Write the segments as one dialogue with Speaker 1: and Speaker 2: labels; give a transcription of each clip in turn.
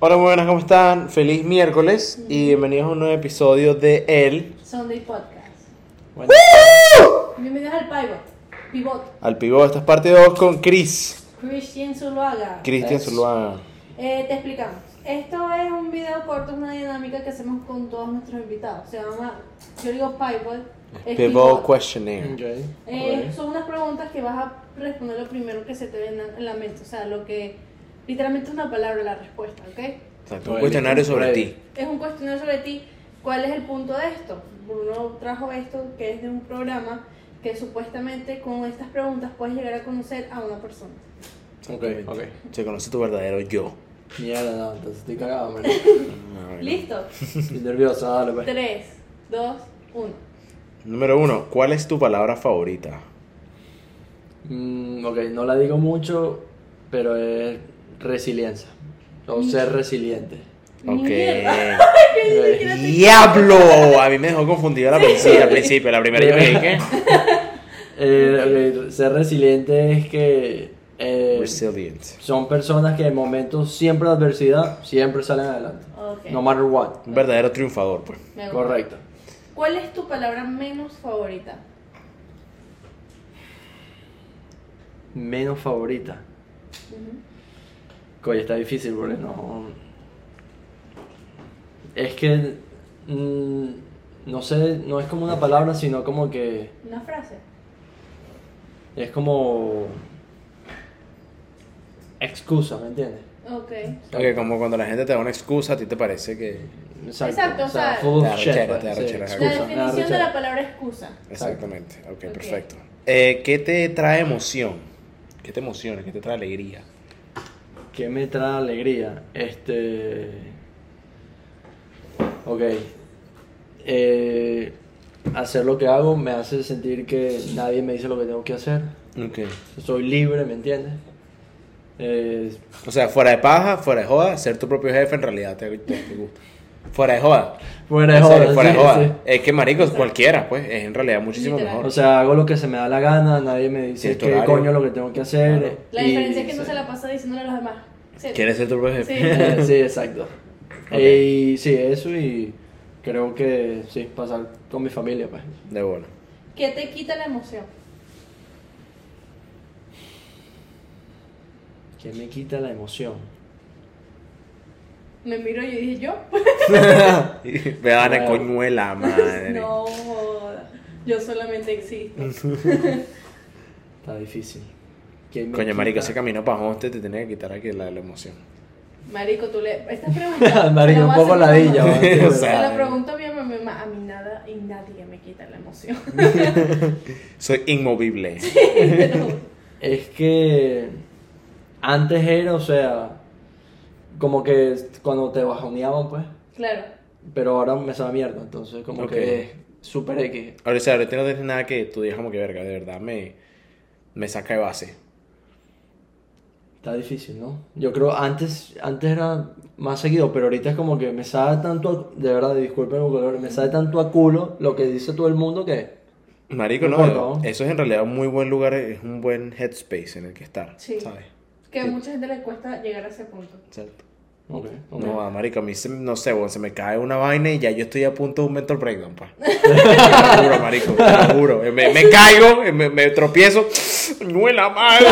Speaker 1: Hola, muy buenas, ¿cómo están? Feliz miércoles y bienvenidos a un nuevo episodio de El
Speaker 2: Sunday Podcast.
Speaker 1: bueno,
Speaker 2: Bienvenidos al Pivot. Pivot.
Speaker 1: al Pivot. Esta es parte 2 con Chris.
Speaker 2: Christian Zuluaga.
Speaker 1: Cristian Zuluaga.
Speaker 2: Eh, te explicamos. Esto es un video corto, es una dinámica que hacemos con todos nuestros invitados. Se llama, yo digo Pivot. es
Speaker 1: Pivot Questionnaire.
Speaker 3: Okay.
Speaker 2: Eh, son unas preguntas que vas a responder lo primero que se te venga en la mente. O sea, lo que literalmente es una palabra la respuesta, ¿ok?
Speaker 1: Exacto, un cuestionario sobre ti.
Speaker 2: Es un cuestionario sobre ti. ¿Cuál es el punto de esto? Bruno trajo esto que es de un programa que supuestamente con estas preguntas puedes llegar a conocer a una persona.
Speaker 3: Ok.
Speaker 1: Ok. Se conoce tu verdadero yo.
Speaker 3: Mierda, no, entonces estoy cagado, man.
Speaker 2: ¿Listo?
Speaker 3: Estoy nervioso, dale, pues.
Speaker 2: 3, 2, 1.
Speaker 1: Número 1. ¿Cuál es tu palabra favorita?
Speaker 3: Mm, ok, no la digo mucho, pero es resiliencia. O
Speaker 2: Mm.
Speaker 3: ser resiliente.
Speaker 1: Ok.
Speaker 3: Ok.
Speaker 1: ¡Diablo! A mí me dejó confundido la principio, al principio, la primera. Yo dije, ¿qué?
Speaker 3: Eh, ok, ser resiliente es que eh,
Speaker 1: Resilient.
Speaker 3: son personas que en momentos siempre de adversidad siempre salen adelante.
Speaker 2: Ok.
Speaker 3: No matter what.
Speaker 1: Un verdadero triunfador, pues.
Speaker 2: Me gusta.
Speaker 3: Correcto.
Speaker 2: ¿Cuál es tu palabra menos favorita?
Speaker 3: Menos favorita. Coño, está difícil porque no. Es que. mm, no sé, no es como una palabra, sino como que.
Speaker 2: Una frase.
Speaker 3: Es como. Excusa, ¿me entiendes?
Speaker 2: Ok.
Speaker 1: Ok, como cuando la gente te da una excusa, a ti te parece que.
Speaker 2: Exacto, o sea,
Speaker 3: full of
Speaker 1: te
Speaker 3: shit,
Speaker 1: arrechera,
Speaker 3: pues,
Speaker 1: te
Speaker 3: sí,
Speaker 1: arrechera,
Speaker 2: La
Speaker 1: excusa,
Speaker 3: me
Speaker 2: definición de
Speaker 3: arrechera.
Speaker 2: la palabra excusa.
Speaker 1: Exactamente, ok,
Speaker 2: Ok.
Speaker 1: perfecto. Eh, ¿Qué te trae emoción? ¿Qué te emociona? ¿Qué te trae alegría?
Speaker 3: ¿Qué me trae alegría? Este. Ok. Eh, hacer lo que hago me hace sentir que nadie me dice lo que tengo que hacer.
Speaker 1: Ok.
Speaker 3: Soy libre, ¿me entiendes? Eh,
Speaker 1: O sea, fuera de paja, fuera de joda, ser tu propio jefe en realidad te, te- te gusta. Fuera de joda.
Speaker 3: Fuera de
Speaker 1: O sea,
Speaker 3: joda,
Speaker 1: fuera de
Speaker 3: sí,
Speaker 1: joda.
Speaker 3: sí.
Speaker 1: Es que marico, cualquiera, pues, es en realidad muchísimo
Speaker 2: Literal.
Speaker 1: mejor.
Speaker 3: O sea, hago lo que se me da la gana, nadie me
Speaker 1: Tienes
Speaker 3: dice
Speaker 1: tu
Speaker 3: qué
Speaker 1: horario.
Speaker 3: coño es lo que tengo que hacer.
Speaker 1: Claro.
Speaker 2: La
Speaker 3: y-
Speaker 2: diferencia es que no
Speaker 3: sí.
Speaker 2: se la pasa diciéndole a los demás. Sí.
Speaker 1: ¿Quieres ser tu propio jefe?
Speaker 2: Sí.
Speaker 3: Eh, sí, exacto.
Speaker 1: Ok.
Speaker 3: Y sí, eso y creo que sí, pasar con mi familia, pues.
Speaker 1: De bola.
Speaker 2: ¿Qué te quita la emoción?
Speaker 3: Que me quita la emoción.
Speaker 2: Me miro y yo dije yo.
Speaker 1: Me van a
Speaker 3: Wow.
Speaker 1: coñuela, madre.
Speaker 2: No, joda. yo solamente existo.
Speaker 3: Está difícil. Que me
Speaker 1: Coño, marico,
Speaker 3: quita-
Speaker 1: ese camino para Honte te tenía que quitar aquí la, la emoción.
Speaker 2: Marico, tú le. Esta pregunta.
Speaker 3: Marico,
Speaker 2: la
Speaker 3: un
Speaker 2: voy a
Speaker 3: poco
Speaker 2: hacer a mi
Speaker 3: ladilla,
Speaker 2: mamá.
Speaker 1: ¿vale? O
Speaker 2: Se
Speaker 1: sea,
Speaker 3: eh.
Speaker 2: la pregunto a mi mamá. A mí nada y nadie me quita la emoción.
Speaker 1: Soy inmovible.
Speaker 2: Pero,
Speaker 3: Es que antes era, o sea, como que cuando te bajoneaban, pues.
Speaker 2: claro.
Speaker 3: Pero ahora me sabe mierda, entonces como
Speaker 1: Ok.
Speaker 3: que es super X.
Speaker 1: Ahora, o sea, ahorita no tienes nada que tú digas como que verga, de verdad me, me saca de base.
Speaker 3: Está difícil, ¿no? Yo creo antes antes era más seguido, pero ahorita es como que me sabe tanto, a- de verdad, disculpen el color, me sabe tanto a culo lo que dice todo el mundo que
Speaker 1: Marico,
Speaker 3: No
Speaker 1: no,
Speaker 3: importa.
Speaker 1: eso es en realidad un muy buen lugar, es un buen headspace en el que estar,
Speaker 2: Sí.
Speaker 1: ¿sabes?
Speaker 2: Que a
Speaker 1: Sí.
Speaker 2: mucha gente le cuesta llegar a ese punto.
Speaker 1: Exacto.
Speaker 3: Ok, ok.
Speaker 1: No, ah, marico, a mí se, no sé, weón, se me cae una vaina y ya yo estoy a punto de un mental breakdown, pa. Te lo juro, marico, te lo juro. Eh, Me, me caigo, eh, me, me tropiezo, ¡nuela madre!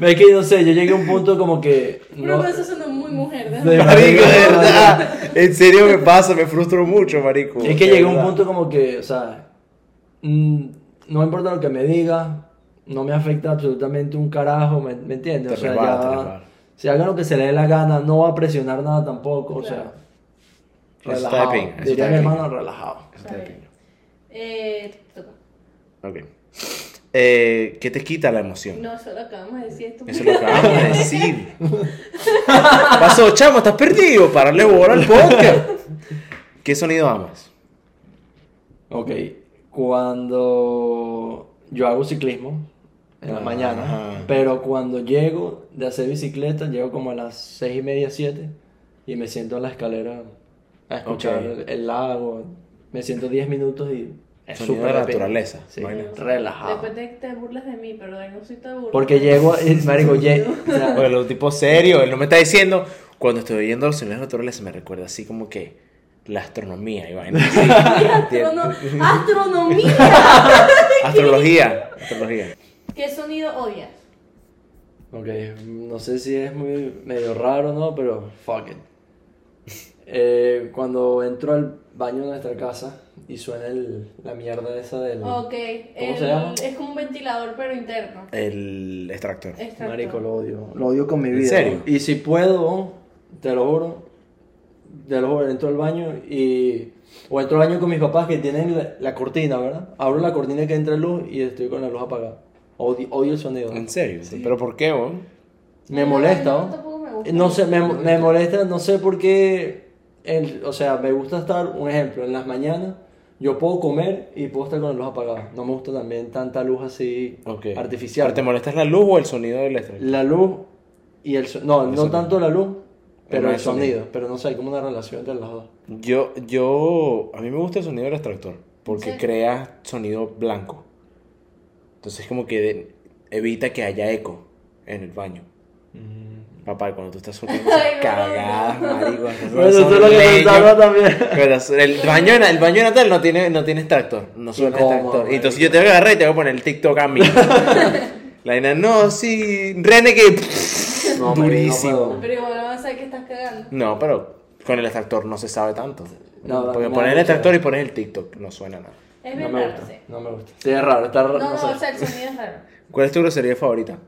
Speaker 3: Es que no sé, yo llegué a un punto como que
Speaker 2: Pero
Speaker 3: no-
Speaker 2: eso suena muy mujer, ¿verdad?
Speaker 3: Sí.
Speaker 1: Marico, de verdad, en serio me pasa, me frustro mucho, marico.
Speaker 3: es que
Speaker 1: de
Speaker 3: llegué a un
Speaker 1: verdad.
Speaker 3: punto como que, o sea, mm, no importa lo que me diga, no me afecta absolutamente un carajo, ¿me, me entiendes?
Speaker 1: Te
Speaker 3: O sea,
Speaker 1: resbala,
Speaker 3: ya-
Speaker 1: te resbala.
Speaker 3: si hagan lo que se le dé la gana, no va a presionar nada tampoco, o
Speaker 2: Claro.
Speaker 3: sea,
Speaker 1: Eso está de
Speaker 3: relajado.
Speaker 1: pinga, eso
Speaker 3: Diría
Speaker 1: está
Speaker 3: mi
Speaker 1: de
Speaker 3: hermano, relajado.
Speaker 1: Está
Speaker 2: Está
Speaker 1: bien.
Speaker 2: bien. Eh, te toca.
Speaker 1: Ok. Eh, ¿Qué te quita la emoción?
Speaker 2: No, eso lo acabamos de decir.
Speaker 1: Eso
Speaker 2: estúpido.
Speaker 1: es lo que acabamos de decir. Pasó, chamo, estás perdido. Pararle bola al podcast. ¿Qué sonido amas?
Speaker 3: Ok, cuando yo hago ciclismo en la
Speaker 1: Ah, Ajá.
Speaker 3: mañana, pero cuando llego de hacer bicicleta, llego como a las seis y media, siete, y me siento en la escalera a escuchar
Speaker 1: Ok.
Speaker 3: el, el lago, me siento 10 minutos y es
Speaker 1: Sonido
Speaker 3: súper
Speaker 1: de
Speaker 3: épico.
Speaker 1: naturaleza,
Speaker 3: Sí,
Speaker 1: vaina.
Speaker 3: relajado.
Speaker 2: Después de que te burlas de mí, pero de no soy te burla.
Speaker 3: Porque llego, eh, marico, lle- o sea,
Speaker 1: Bueno, el tipo serio, él no me está diciendo, cuando estoy viendo los sonidos naturales se me recuerda así como que la astronomía y vainas así.
Speaker 2: Astrono- ¡Astronomía!
Speaker 1: astrología, astrología.
Speaker 2: ¿Qué sonido odias?
Speaker 3: Ok, no sé si es muy medio raro no, pero fuck it. Eh, cuando entro al baño de nuestra casa y suena el, la mierda esa del...
Speaker 2: Ok. el-
Speaker 3: se llama?
Speaker 2: Es como un ventilador, pero interno.
Speaker 1: El extractor.
Speaker 2: Extractor.
Speaker 3: Marico, lo odio. Lo odio con mi
Speaker 1: ¿En
Speaker 3: vida.
Speaker 1: serio?
Speaker 3: Y si puedo, te lo juro, te lo juro, entro al baño y... O entro al baño con mis papás que tienen la, la cortina, ¿verdad? Abro la cortina que entra luz y estoy con la luz apagada. Odio, odio el sonido.
Speaker 1: ¿En serio? ¿Pero por qué, vos?
Speaker 3: Me
Speaker 2: No,
Speaker 3: molesta,
Speaker 2: no,
Speaker 3: ¿no?
Speaker 2: tampoco me gusta.
Speaker 3: No sé, me, me molesta, no sé por qué. el- o sea, me gusta estar, un ejemplo, en las mañanas yo puedo comer y puedo estar con la luz apagada. No me gusta también tanta luz así
Speaker 1: Okay.
Speaker 3: artificial.
Speaker 1: ¿Pero ¿Te molesta la luz o el sonido del extractor?
Speaker 3: La luz y el so- No, no
Speaker 1: sonido.
Speaker 3: tanto la luz, pero
Speaker 1: más
Speaker 3: el
Speaker 1: el sonido.
Speaker 3: sonido. Pero no sé, hay como una relación entre las dos.
Speaker 1: Yo, yo, a mí me gusta el sonido del extractor porque
Speaker 2: Sí.
Speaker 1: crea sonido blanco. Entonces como que de- evita que haya eco en el baño.
Speaker 3: Mm.
Speaker 1: Papá, cuando tú estás soltando esas
Speaker 2: Ay, bueno,
Speaker 1: cagadas, marico, esas
Speaker 3: Bueno,
Speaker 1: son
Speaker 3: eso es lo que
Speaker 1: leyes.
Speaker 3: pensaba también.
Speaker 1: Pero las- el baño, el baño natal no tiene, no tiene extractor, no suena
Speaker 3: Incómodo,
Speaker 1: extractor. Y entonces yo
Speaker 3: marico.
Speaker 1: te voy a agarrar y te voy a poner el TikTok a mí. La vaina, no, sí, Renegade.
Speaker 3: No, marico, no
Speaker 1: Durísimo.
Speaker 3: puedo.
Speaker 2: Pero igual vas a saber que estás cagando.
Speaker 1: No, pero con el extractor no se sabe tanto.
Speaker 3: No,
Speaker 1: Porque
Speaker 3: no,
Speaker 1: pones el
Speaker 3: no,
Speaker 1: extractor
Speaker 3: no.
Speaker 1: y pones el TikTok, no suena nada.
Speaker 2: Es
Speaker 3: No
Speaker 2: bien
Speaker 3: me
Speaker 2: raro,
Speaker 3: gusta.
Speaker 2: sí.
Speaker 3: No me gusta. Sí, es raro, está raro.
Speaker 2: No, no,
Speaker 3: no sé.
Speaker 2: o sea, el sonido es raro.
Speaker 1: ¿Cuál es tu grosería favorita?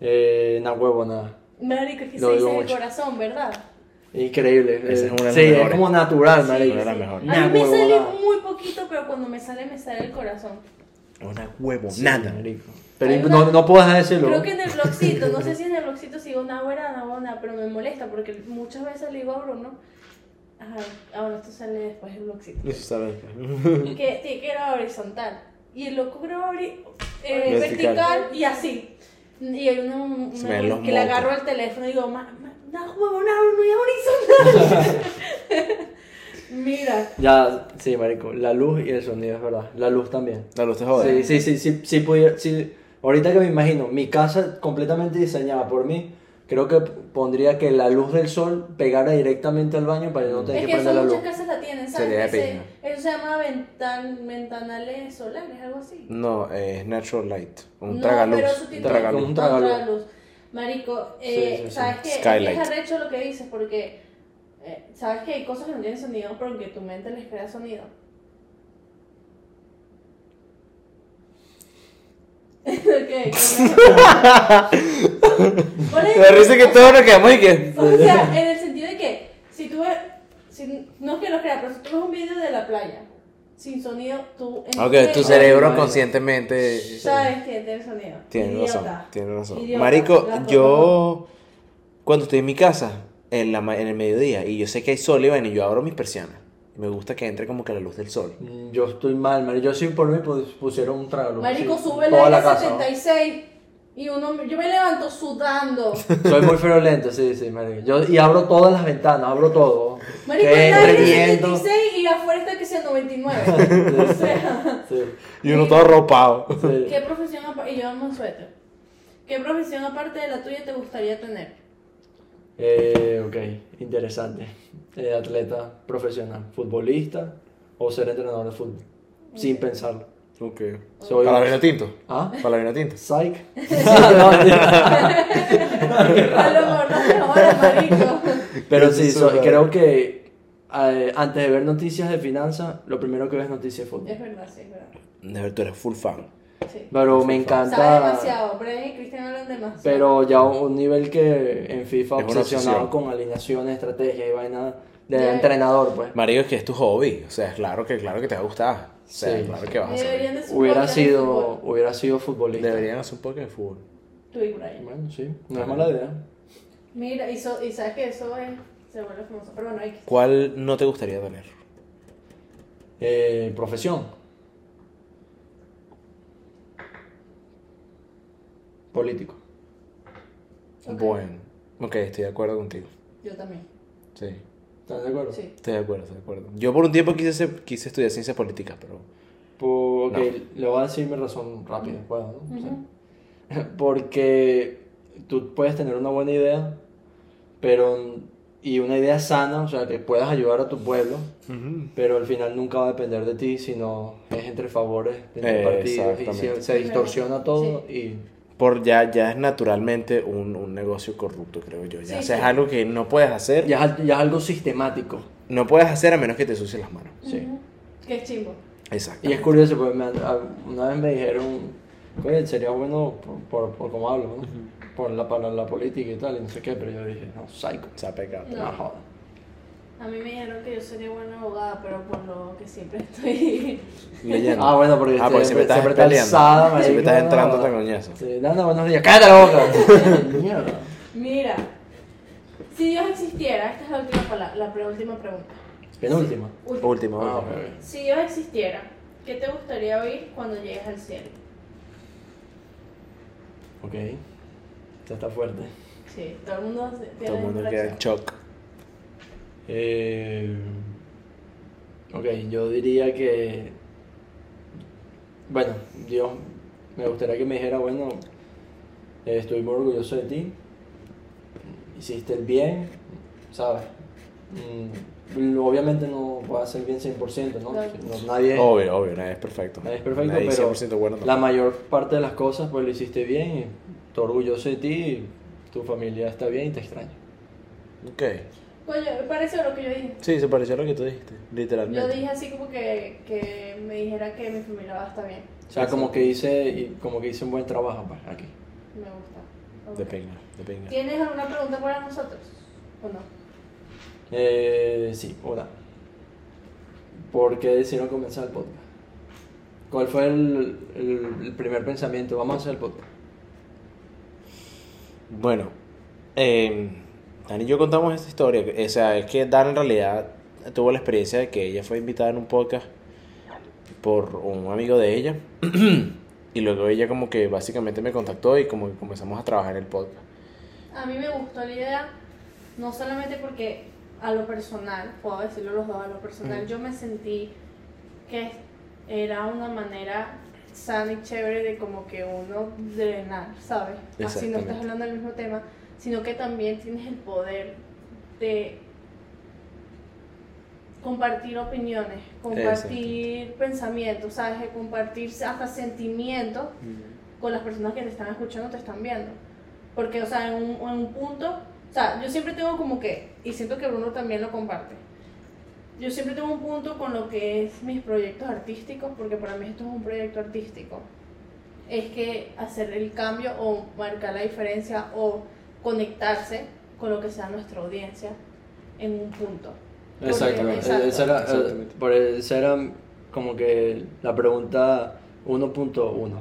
Speaker 3: Eh, na huevo, nada.
Speaker 2: Marico, es que
Speaker 3: Lo
Speaker 2: se dice
Speaker 3: digo
Speaker 2: el
Speaker 3: mucho.
Speaker 2: corazón, ¿verdad?
Speaker 3: Increíble.
Speaker 1: Esa
Speaker 3: eh,
Speaker 1: es una de las
Speaker 3: sí, es
Speaker 1: mejores.
Speaker 3: como natural, marico.
Speaker 1: Una de las mejores.
Speaker 2: A
Speaker 3: Nah,
Speaker 2: mí me
Speaker 3: huevona.
Speaker 2: sale muy poquito, pero cuando me sale, me sale el corazón.
Speaker 1: Una huevo,
Speaker 3: Sí,
Speaker 1: nada.
Speaker 3: marico.
Speaker 2: Hay
Speaker 3: Pero
Speaker 2: una-
Speaker 3: no, no puedo dejar de decirlo.
Speaker 2: Creo que en el blogcito, no sé si en el blogcito sigo una buena, una buena, pero me molesta porque muchas veces le digo a Bruno, ajá, ahora esto sale después del blogcito,
Speaker 1: Eso sabe.
Speaker 2: que tiene que era horizontal. Y el loco graba hori- eh,
Speaker 1: Vertical.
Speaker 2: vertical y así. Y hay uno,
Speaker 1: Se me
Speaker 2: uno
Speaker 1: ven los
Speaker 2: que le
Speaker 1: mocos.
Speaker 2: agarro el teléfono y digo, "Ma- ma- no, huevona, no es horizontal. Mira.
Speaker 3: Ya, sí, marico. La luz y el sonido, es verdad. La luz también.
Speaker 1: No, lo estás jodiendo.
Speaker 3: Sí, sí, sí, sí, sí, pudiera- sí. Ahorita que me imagino, mi casa completamente diseñada por mí, creo que pondría que la luz del sol pegara directamente al baño para no tener
Speaker 2: Es
Speaker 3: que,
Speaker 2: que eso
Speaker 3: prender la luz.
Speaker 2: muchas casas la tienen, ¿sabes?
Speaker 1: Sería
Speaker 2: Que se-
Speaker 1: épico.
Speaker 2: eso se llama ventan, ventanales solares, algo así.
Speaker 1: No, eh, es Natural Light. Un
Speaker 2: no,
Speaker 1: tragaluz.
Speaker 2: pero eso tiene
Speaker 1: tragaluz.
Speaker 3: Un
Speaker 2: un
Speaker 3: tragaluz.
Speaker 2: tragaluz. Marico, eh,
Speaker 3: Sí, sí, sí.
Speaker 2: ¿sabes qué?
Speaker 1: Skylight.
Speaker 2: Es arrecho lo que dices porque eh, sabes que hay cosas que no tienen sonido pero que tu mente les crea sonido. ok, con- Por eso-
Speaker 1: Me parece que todos nos quedamos y que.
Speaker 2: o sea, en el sentido de que si tú ves, si, no es que lo creas, pero si tú ves un video de la playa sin sonido, tú
Speaker 1: Ok, tu
Speaker 2: entiendes-
Speaker 1: cerebro
Speaker 3: Ay,
Speaker 1: conscientemente.
Speaker 2: sabes que tiene sonido.
Speaker 1: Tienes
Speaker 2: Idiota.
Speaker 1: razón, tienes razón.
Speaker 2: Idiota.
Speaker 1: Marico,
Speaker 2: La forma-
Speaker 1: yo cuando estoy en mi casa, en, la, ma- en el mediodía, y yo sé que hay sol y vaina, y yo abro mis persianas. Y me gusta que entre como que la luz del sol.
Speaker 3: Mm, Yo estoy mal, marico. Yo sí por mí pus- pusieron un tragaluz.
Speaker 2: Marico,
Speaker 3: sí,
Speaker 2: sube
Speaker 3: toda
Speaker 2: la
Speaker 3: casa, ¿no?
Speaker 2: 76 y uno, yo me levanto sudando.
Speaker 3: Soy muy friolento, sí, sí, marico. Yo, y abro todas las ventanas, abro todo.
Speaker 2: Marico,
Speaker 3: que
Speaker 2: el aire
Speaker 3: entre
Speaker 2: es
Speaker 3: viento.
Speaker 2: 76 y afuera está que sea 99. o sea,
Speaker 3: Sí,
Speaker 1: Y uno todo arropado.
Speaker 3: sí.
Speaker 2: ¿qué profesión aparte? Y yo amo suéter. ¿Qué profesión aparte de la tuya te gustaría tener?
Speaker 3: Eh, ok, interesante. Eh, atleta profesional, futbolista o ser entrenador de fútbol. Sin pensarlo.
Speaker 1: Ok.
Speaker 3: Soy
Speaker 1: ¿Para
Speaker 3: un-
Speaker 1: vino tinto?
Speaker 3: ¿Ah?
Speaker 1: ¿Para vino tinto?
Speaker 3: Psych. No, mentira.
Speaker 2: A lo mejor no te ahora, marico.
Speaker 3: Pero
Speaker 1: Eso
Speaker 3: sí,
Speaker 1: es
Speaker 3: soy-
Speaker 1: raro.
Speaker 3: creo que eh, antes de ver noticias de finanzas, lo primero que ves es noticias de
Speaker 2: Es
Speaker 3: fútbol.
Speaker 2: verdad, sí, es verdad.
Speaker 1: De ver, tú eres full fan.
Speaker 2: Sí.
Speaker 3: Pero me
Speaker 2: Sabe
Speaker 3: encanta.
Speaker 2: demasiado, Brian y Cristian hablan demasiado.
Speaker 3: Pero ya a un nivel que en FIFA
Speaker 1: Es una
Speaker 3: obsesionado
Speaker 1: obsesión.
Speaker 3: con alineaciones, estrategias y vaina de
Speaker 2: Ya.
Speaker 3: entrenador, pues.
Speaker 1: Marico, es que es tu hobby. O sea, claro que, claro que te va a gustar. O sea,
Speaker 3: Sí.
Speaker 1: claro que vas a hacer.
Speaker 2: Deberían de su
Speaker 3: Hubiera
Speaker 2: podcast de
Speaker 3: sido,
Speaker 2: fútbol,
Speaker 3: hubiera sido futbolista.
Speaker 1: Deberían hacer un poco de fútbol.
Speaker 2: Tú y Brian.
Speaker 3: Bueno, sí, no es mala idea.
Speaker 2: Mira, y, so- y sabes que eso es, se vuelve famoso. Pero bueno, hay que.
Speaker 1: ¿Cuál no te gustaría tener?
Speaker 3: Eh, profesión. Político.
Speaker 2: Ok.
Speaker 1: Bueno. Ok, estoy de acuerdo contigo.
Speaker 2: Yo también.
Speaker 1: Sí.
Speaker 3: ¿Estás de acuerdo?
Speaker 2: Sí.
Speaker 1: Estoy de acuerdo, estoy de acuerdo. Yo por un tiempo quise, ser- quise estudiar ciencias políticas, pero...
Speaker 3: Po- ok, le voy a decir mi razón pues, rápida, puedo, ¿no? O sea, porque tú puedes tener una buena idea, pero y una idea sana, o sea, que puedas ayudar a tu pueblo, pero al final nunca va a depender de ti, sino es entre favores de
Speaker 1: Eh,
Speaker 3: partidos y se,
Speaker 1: exactamente.
Speaker 3: se distorsiona todo
Speaker 1: Por ya, ya es naturalmente un, un negocio corrupto, creo yo. Ya
Speaker 2: Sí,
Speaker 1: o sea,
Speaker 2: sí.
Speaker 1: es algo que no puedes hacer.
Speaker 3: y ya es, al- ya es algo sistemático.
Speaker 1: No puedes hacer a menos que te sucies las manos.
Speaker 3: Sí.
Speaker 2: Ujú. Que es chimbo.
Speaker 1: Exacto.
Speaker 3: Y es curioso, porque me han- a- una vez me dijeron, oye, sería bueno por, por, por cómo hablo, ¿no? por la, para la política y tal, y no sé qué, pero yo dije, no, psycho,
Speaker 1: Se ha pecado.
Speaker 2: No.
Speaker 3: no, joda.
Speaker 2: A mí me dijeron que yo sería buena abogada, pero por lo que siempre estoy.
Speaker 1: Leyendo.
Speaker 3: Ah, bueno, porque
Speaker 1: Ah, porque siempre estás
Speaker 3: siempre
Speaker 1: peleando.
Speaker 3: alzada, marico,
Speaker 1: Siempre estás
Speaker 3: no,
Speaker 1: entrando
Speaker 3: no.
Speaker 1: tan coñazo.
Speaker 3: Sí, no, no, buenos días, cállate la boca. Mierda.
Speaker 2: Mira, si Dios existiera, esta es la última pala- la preúltima pregunta.
Speaker 3: Penúltima.
Speaker 2: Última.
Speaker 1: Último.
Speaker 3: Ah,
Speaker 1: último.
Speaker 3: ok.
Speaker 2: Si Dios existiera, ¿qué te gustaría oír cuando llegues al cielo?
Speaker 3: Ok. Esta está fuerte.
Speaker 2: Sí, todo el mundo se- tiene
Speaker 1: Todo el mundo queda en
Speaker 2: reacción.
Speaker 1: shock.
Speaker 3: Eh, ok, yo diría que. Bueno, Dios, me gustaría que me dijera, bueno, eh, estoy muy orgulloso de ti. Hiciste el bien, ¿sabes? Mm, obviamente no va a ser bien 100%, ¿no?
Speaker 2: Claro.
Speaker 3: No, nadie,
Speaker 1: Obvio, obvio, nadie es perfecto.
Speaker 3: Nadie es perfecto,
Speaker 1: Nadie
Speaker 3: pero
Speaker 1: 100% bueno.
Speaker 3: La
Speaker 1: tampoco.
Speaker 3: mayor parte de las cosas pues lo hiciste bien, y estoy orgulloso de ti, y tu familia está bien y te extraño.
Speaker 1: Ok.
Speaker 2: Coño, parece lo que yo dije.
Speaker 1: Sí, se pareció a lo que tú dijiste, literalmente.
Speaker 2: Yo dije así como que, que me dijera que mi familia va a estar bien.
Speaker 3: O sea, como que hice y como que hice un buen trabajo pues, aquí.
Speaker 2: Me gusta. Ok.
Speaker 1: De pinga, de pinga.
Speaker 2: ¿Tienes alguna pregunta para nosotros? ¿O no?
Speaker 3: Eh, sí, hola. ¿Por qué decidieron comenzar el podcast? ¿Cuál fue el, el- el primer pensamiento? Vamos a hacer el podcast.
Speaker 1: Bueno, eh, Dan y yo contamos esta historia. O sea, es que Dan en realidad tuvo la experiencia de que ella fue invitada en un podcast por un amigo de ella. y luego ella como que básicamente me contactó y como que comenzamos a trabajar en el podcast.
Speaker 2: A mí me gustó la idea, no solamente porque a lo personal, puedo decirlo los dos, a lo personal,
Speaker 1: Mm.
Speaker 2: yo me sentí que era una manera sana y chévere de como que uno drenar, ¿sabes? Así no
Speaker 1: Exactamente.
Speaker 2: estás hablando del mismo tema, sino que también tienes el poder de compartir opiniones, compartir pensamientos, ¿sabes? De compartir hasta sentimientos
Speaker 1: Mm.
Speaker 2: con las personas que te están escuchando, te están viendo. Porque, o sea, en un, en un punto, o sea, yo siempre tengo como que, y siento que Bruno también lo comparte, yo siempre tengo un punto con lo que es mis proyectos artísticos, porque para mí esto es un proyecto artístico. Es que hacer el cambio o marcar la diferencia o conectarse con lo que sea nuestra audiencia en un punto. Porque-
Speaker 3: Exactamente.
Speaker 2: exacto.
Speaker 3: Esa era, eh,
Speaker 1: Exactamente.
Speaker 3: por esa era como que la pregunta 1.1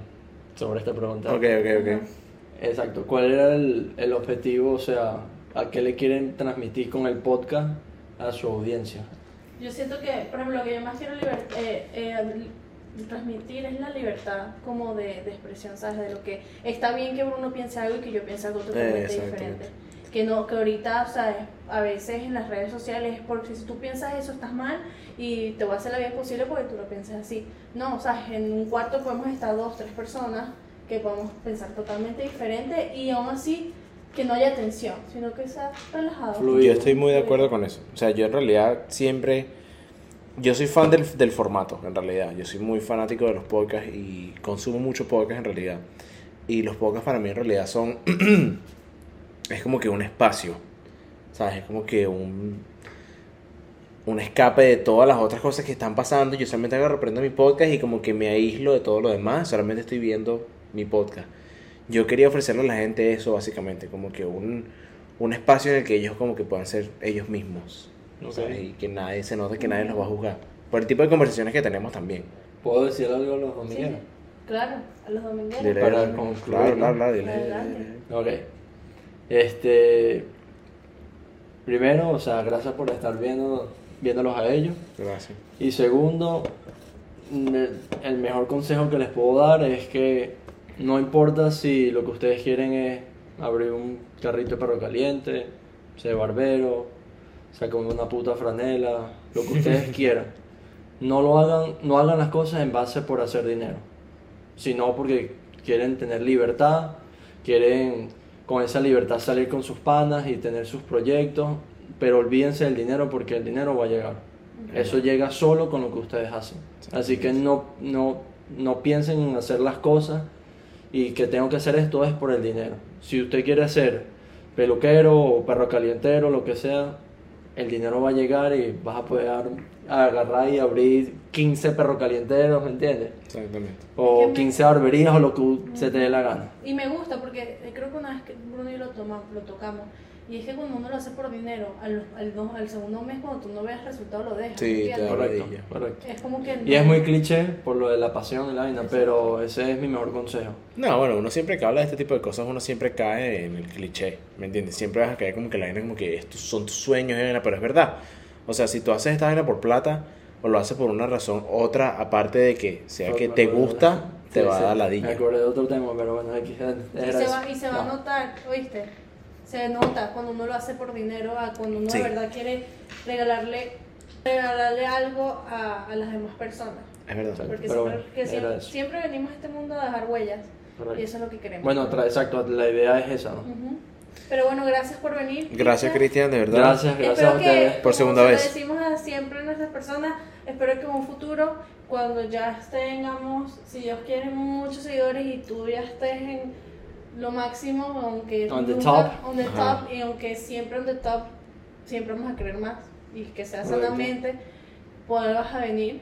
Speaker 3: sobre esta pregunta.
Speaker 1: Ok, ok, ok.
Speaker 3: Exacto. ¿Cuál era el, el objetivo? O sea, ¿a qué le quieren transmitir con el podcast a su audiencia?
Speaker 2: Yo siento que, por ejemplo, lo que yo más quiero liber- eh, eh, li- transmitir es la libertad como de, de expresión, ¿sabes? De lo que está bien que uno piense algo y que yo piense algo totalmente
Speaker 1: exactamente.
Speaker 2: diferente. Que no, que ahorita, o sea, es- a veces en las redes sociales es porque si tú piensas eso estás mal y te voy a hacer la vida imposible porque tú lo piensas así. No, o sea, en un cuarto podemos estar dos, tres personas que podemos pensar totalmente diferente y aún así que no haya tensión, sino que sea relajado.
Speaker 3: Fluido.
Speaker 1: Yo estoy muy de acuerdo con eso. O sea, yo en realidad siempre. Yo soy fan del, del formato, en realidad. Yo soy muy fanático de los podcasts y consumo mucho podcast en realidad. Y los podcasts para mí en realidad son. es como que un espacio. ¿Sabes? Es como que un. Un escape de todas las otras cosas que están pasando. Yo solamente agarro, prendo mi podcast y como que me aíslo de todo lo demás. Solamente estoy viendo mi podcast. Yo quería ofrecerle a la gente eso, básicamente. Como que un un espacio en el que ellos como que puedan ser ellos mismos.
Speaker 3: Ok.
Speaker 1: ¿sabes? Y que nadie se note que nadie los va a juzgar. Por el tipo de conversaciones que tenemos también.
Speaker 3: ¿Puedo decir algo a los
Speaker 2: Sí,
Speaker 3: dominicanos?
Speaker 2: claro, a los domingueros.
Speaker 1: Dile,
Speaker 3: Para
Speaker 1: dile, dile.
Speaker 3: concluir,
Speaker 1: Claro, claro,
Speaker 3: ¿no?
Speaker 1: claro, dile,
Speaker 2: Adelante.
Speaker 1: dile, dile.
Speaker 3: Ok. Este. Primero, o sea, gracias por estar viendo, viéndolos a ellos.
Speaker 1: Gracias.
Speaker 3: Y segundo, me- el mejor consejo que les puedo dar es que no importa si lo que ustedes quieren es abrir un carrito de perro caliente, ser barbero, sacar una puta franela, lo que ustedes quieran. No lo hagan, no hagan las cosas en base por hacer dinero, sino porque quieren tener libertad, quieren con esa libertad salir con sus panas y tener sus proyectos, pero olvídense del dinero porque el dinero va a llegar. Eso llega solo con lo que ustedes hacen. Así que no, no, no piensen en hacer las cosas y que tengo que hacer esto es por el dinero. Si usted quiere ser peluquero o perro calientero, lo que sea, el dinero va a llegar y vas a poder agarrar y abrir 15 perro calienteros, ¿me entiendes?
Speaker 1: Exactamente.
Speaker 2: Es que
Speaker 3: O
Speaker 2: me-
Speaker 3: 15 barberías o lo que se te dé la gana.
Speaker 2: Y me gusta porque eh, creo que una vez que Bruno y yo lo, toma- lo tocamos, y es que cuando uno lo hace por dinero, al, al, no- al segundo mes cuando tú no veas resultado lo dejas.
Speaker 1: Sí,
Speaker 2: ¿entiendes?
Speaker 1: claro.
Speaker 3: Correcto,
Speaker 1: maravilla.
Speaker 3: correcto.
Speaker 2: Es como que...
Speaker 3: Y es muy cliché por lo de la pasión y la vaina, pero ese es mi mejor consejo.
Speaker 1: No, bueno, uno siempre que habla de este tipo de cosas, uno siempre cae en el cliché, ¿me entiendes? Siempre vas a caer como que la vaina como que estos son tus sueños, y vaina, pero es verdad. O sea, si tú haces esta vaina por plata o lo haces por una razón otra, aparte de que sea que te gusta, te
Speaker 3: Sí,
Speaker 1: va a
Speaker 3: sí,
Speaker 1: dar la
Speaker 3: Me
Speaker 1: dilla.
Speaker 3: acordé de otro tema, pero bueno, aquí era
Speaker 2: Y se, va,
Speaker 3: eso.
Speaker 2: y se va a
Speaker 3: No.
Speaker 2: notar, ¿oíste? Se nota cuando uno lo hace por dinero, a cuando uno
Speaker 1: Sí.
Speaker 2: de verdad quiere regalarle, regalarle algo a, a las demás personas.
Speaker 1: Es verdad.
Speaker 2: Porque
Speaker 3: Pero
Speaker 2: siempre,
Speaker 3: bueno,
Speaker 2: que
Speaker 3: era
Speaker 2: siempre,
Speaker 3: eso.
Speaker 2: siempre venimos a este mundo a dejar huellas
Speaker 3: Correcto.
Speaker 2: y eso es lo que queremos.
Speaker 3: Bueno, tra- exacto, la idea es esa, ¿no?
Speaker 2: Ujú. Pero bueno, gracias por venir.
Speaker 1: Gracias,
Speaker 2: Cristian.
Speaker 1: Cristian, de verdad.
Speaker 3: Gracias, gracias a
Speaker 2: Espero que,
Speaker 3: ustedes.
Speaker 1: Por
Speaker 2: como
Speaker 1: segunda
Speaker 2: se lo
Speaker 1: vez.
Speaker 2: decimos a siempre a nuestras personas, espero que en un futuro, cuando ya tengamos, si Dios quiere, muchos seguidores y tú ya estés en lo máximo, aunque
Speaker 3: On the top.
Speaker 2: on the
Speaker 1: Ajá.
Speaker 2: top, y aunque siempre on the top, siempre vamos a querer más y que sea
Speaker 3: Correcto.
Speaker 2: sanamente, puedas a venir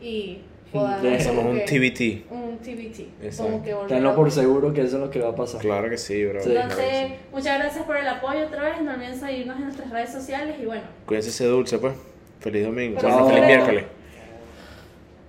Speaker 2: y podamos
Speaker 3: De-
Speaker 2: como
Speaker 1: Somos un
Speaker 2: que-
Speaker 1: TBT.
Speaker 2: un TBT,
Speaker 1: Exacto.
Speaker 2: como que
Speaker 3: Tenlo por
Speaker 2: volver a-
Speaker 3: seguro que eso es lo que va a pasar.
Speaker 1: Claro que sí, bro.
Speaker 3: Sí.
Speaker 1: claro que
Speaker 2: Entonces,
Speaker 1: sí.
Speaker 2: muchas gracias por el apoyo otra vez. No olviden seguirnos en nuestras redes sociales y bueno,
Speaker 1: Cuídense ese dulce, pues. Feliz domingo.
Speaker 2: Pero
Speaker 1: Bueno,
Speaker 3: sí.
Speaker 1: feliz miércoles.